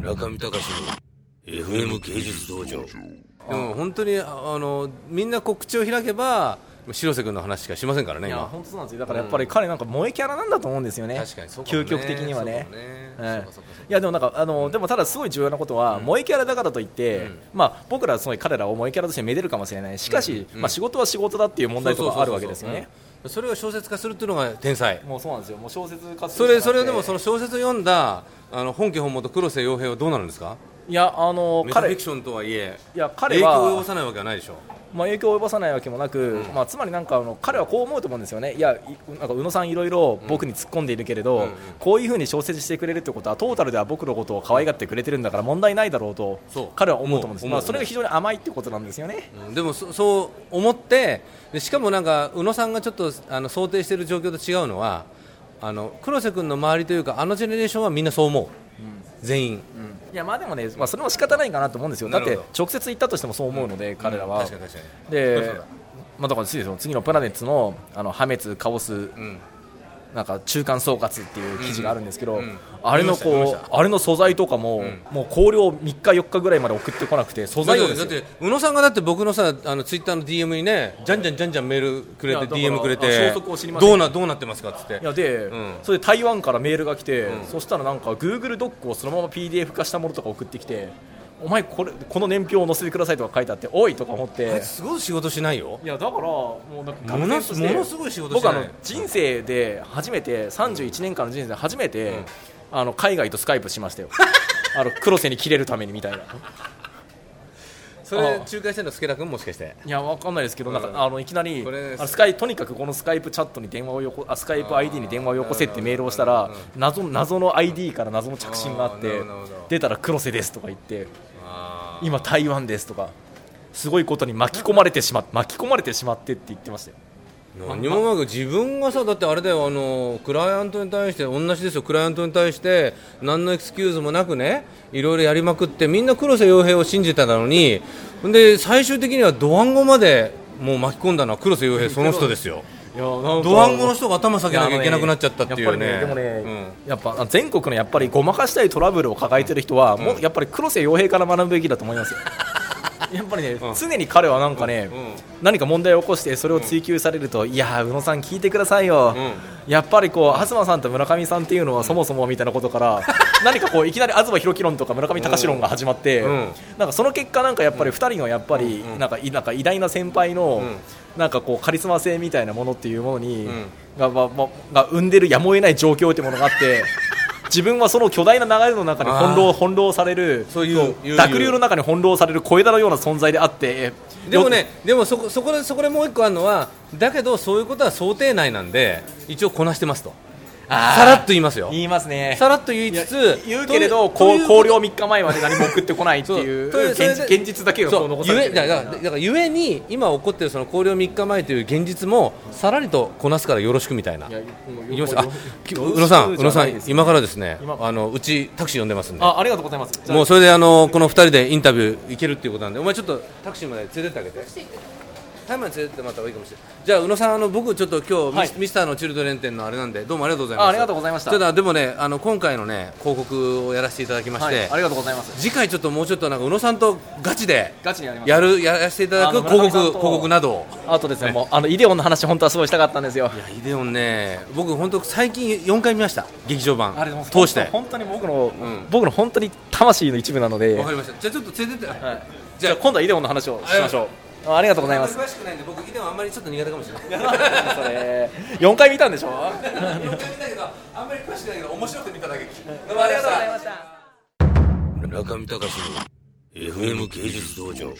中見隆の FM 芸術道場でも本当にああのみんな告知を開けば白瀬君の話しかしませんからねいや今本当なんですよだからやっぱり彼なんか萌えキャラなんだと思うんですよね確かにそうかもね究極的にはそねうかもねはいそうかそうかそうかいやでもなんかあの、でもただすごい重要なことは、萌えキャラだからといって、まあ、僕らはすごい彼らを萌えキャラとしてめでるかもしれないしかし、うんまあ、仕事は仕事だっていう問題とかあるわけですよねうんそれを小説化するっていうのが天才もうそうなんですよもう小説化すそるれしかなくてそれをでもその小説を読んだあの本家本元黒瀬洋平はどうなるんですかいやあのメタフ彼ィクションとはいえいや影彼響はを及ぼさないわけはないでしょまあ、影響を及ぼさないわけもなく、まあ、つまりなんかあの彼はこう思うと思うんですよね、いやいなんか宇野さん、いろいろ僕に突っ込んでいるけれど、うんうんこういうふうに小説してくれるってことは、トータルでは僕のことを可愛がってくれてるんだから、問題ないだろうとそう、彼は思うと思うんです、思うまあ、思うそれが非常に甘いってことなんですよね。うんでもそそう思ってでしかもなんか宇野さんがちょっとあの想定している状況と違うのはあの黒瀬君の周りというかあのジェネレーションはみんなそう思う、全員、いやまあでもね、まあ、それも仕方ないかなと思うんですよ、だっなてるほど直接行ったとしてもそう思うので、彼らは。確かに確かにそうでだまあ、だから次ですよ次のプラネッツのあの破滅、カオス、うんなんか中間総括っていう記事があるんですけど、うんうんあれの見ましこた見まうあれの素材とかも、んもう香料3日4日ぐらいまで送ってこなくて素材をですだっよて宇野さんがだって僕のさあのツイッターの DM にねじゃんじゃんじゃんじゃんメールくれいてやだから DM くれあて消息を知りませんどうなどうなってますかっつっていやで、うんそれで台湾からメールが来て、そしたらなんか Google ドックをそのまま PDF 化したものとか送ってきてお前これこの年表を載せてくださいとか書いてあっておいとか思って、あいつすごい仕事しないよいやだからもうなんかものす学生としてものすごい仕事して僕あないの人生で初めて31年間の人生で初めて、んあの海外とスカイプし ましたよあの黒瀬に切れるためにみたいなそれあ仲介してるの助田君もしかしていやわかんないですけど、なんうかんあのいきなりこれあのスカイとにかくこのスカイプチャットに電話をよこあスカイプ ID に電話をよこせってメールをしたあらー謎謎の ID から謎の着信があっあーなてるほどなるほど出たら黒瀬ですとか言ってあ今台湾ですとかすごいことに巻き込まれてしま巻き込まれてしまってって言ってましたよ。何もなく自分がさだってあれだよあのクライアントに対して同じですよクライアントに対して何のエクスキューズもなくねいろいろやりまくってみんな黒瀬洋平を信じてたのにで最終的にはドワンゴまでもう巻き込んだのは黒瀬洋平その人ですよいやなんかドワンゴの人が頭下げなきゃいけなくなっちゃったっていうねやっぱりでもね、やっぱ全国のやっぱりごまかしたいトラブルを抱えてる人は、もうやっぱり黒瀬洋平から学ぶべきだと思いますよ やっぱりね、常に彼はなんかね、うんうん何か問題を起こしてそれを追求されると、いやー宇野さん聞いてくださいよ、やっぱりこう東さんと村上さんっていうのはそもそもみたいなことから 何かこういきなり東博樹論とか村上隆論が始まって、んなんかその結果なんかやっぱり2人のやっぱりなんかいなんか偉大な先輩のなんかこうカリスマ性みたいなものっていうものに、んがまあまあが生んでるやむを得ない状況ってものがあって 自分はその巨大な流れの中に翻あ弄翻弄されるそういうこいう濁流の中に翻弄される小枝のような存在であってでもね、でもそこそこでそこでもう一個あるのは、だけどそういうことは想定内なんで、一応こなしてますと、あーさらっと言いますよよく、言いますねさらっと言いつつ、言うけれどとこうという考慮3日前まで何も送ってこないってそういうというそれ現で実現実だけがこう残されてそうゆえるだからだからゆえに、今起こってるその考慮3日前という現実も、さらりとこなすからよろしくみたいな、いやいもうきますあもうき宇野さん、よろし宇くじ野ゃさないでん、す今からですね今、あのうち、タクシー呼んでますんで。あありがとうございますじゃあもうそれであのこの2人でインタビュー行けるっていうことなんでお前ちょっとタクシーまで連れてってあげてタイまで連れてってもらった方がいいかもしれないじゃあ宇野さんあの僕ちょっと今日ミ,、はいミスターのチルドレン店のあれなんでどうもありがとうございますあありがとうございましたちょっとでもねあの今回のね広告をやらせていただきましはて、いありがとうございます次回ちょっともうちょっとなんか宇野さんとガチでガチにやりますやるやらせていただあのく広告村上さん広と告などをあとですねもうあのイデオンの話本当はすごいしたかったんですよいやイデオンね僕本当最近4回見ました劇場版あれでも通してわ本当に僕の、ん僕の本当に魂の一部なので、かりましたじゃあちょっと連れてって、はいじじゃゃああ今度はイデオンの話をしましょうあありがとうございます詳しくないんで僕イデオンあんまりちょっと苦手かもしれない そ れ4回見たんでしょ4回見たけどあんまり詳しくないけど面白く見ただけどうありがとうございました中見隆の FM 芸術道場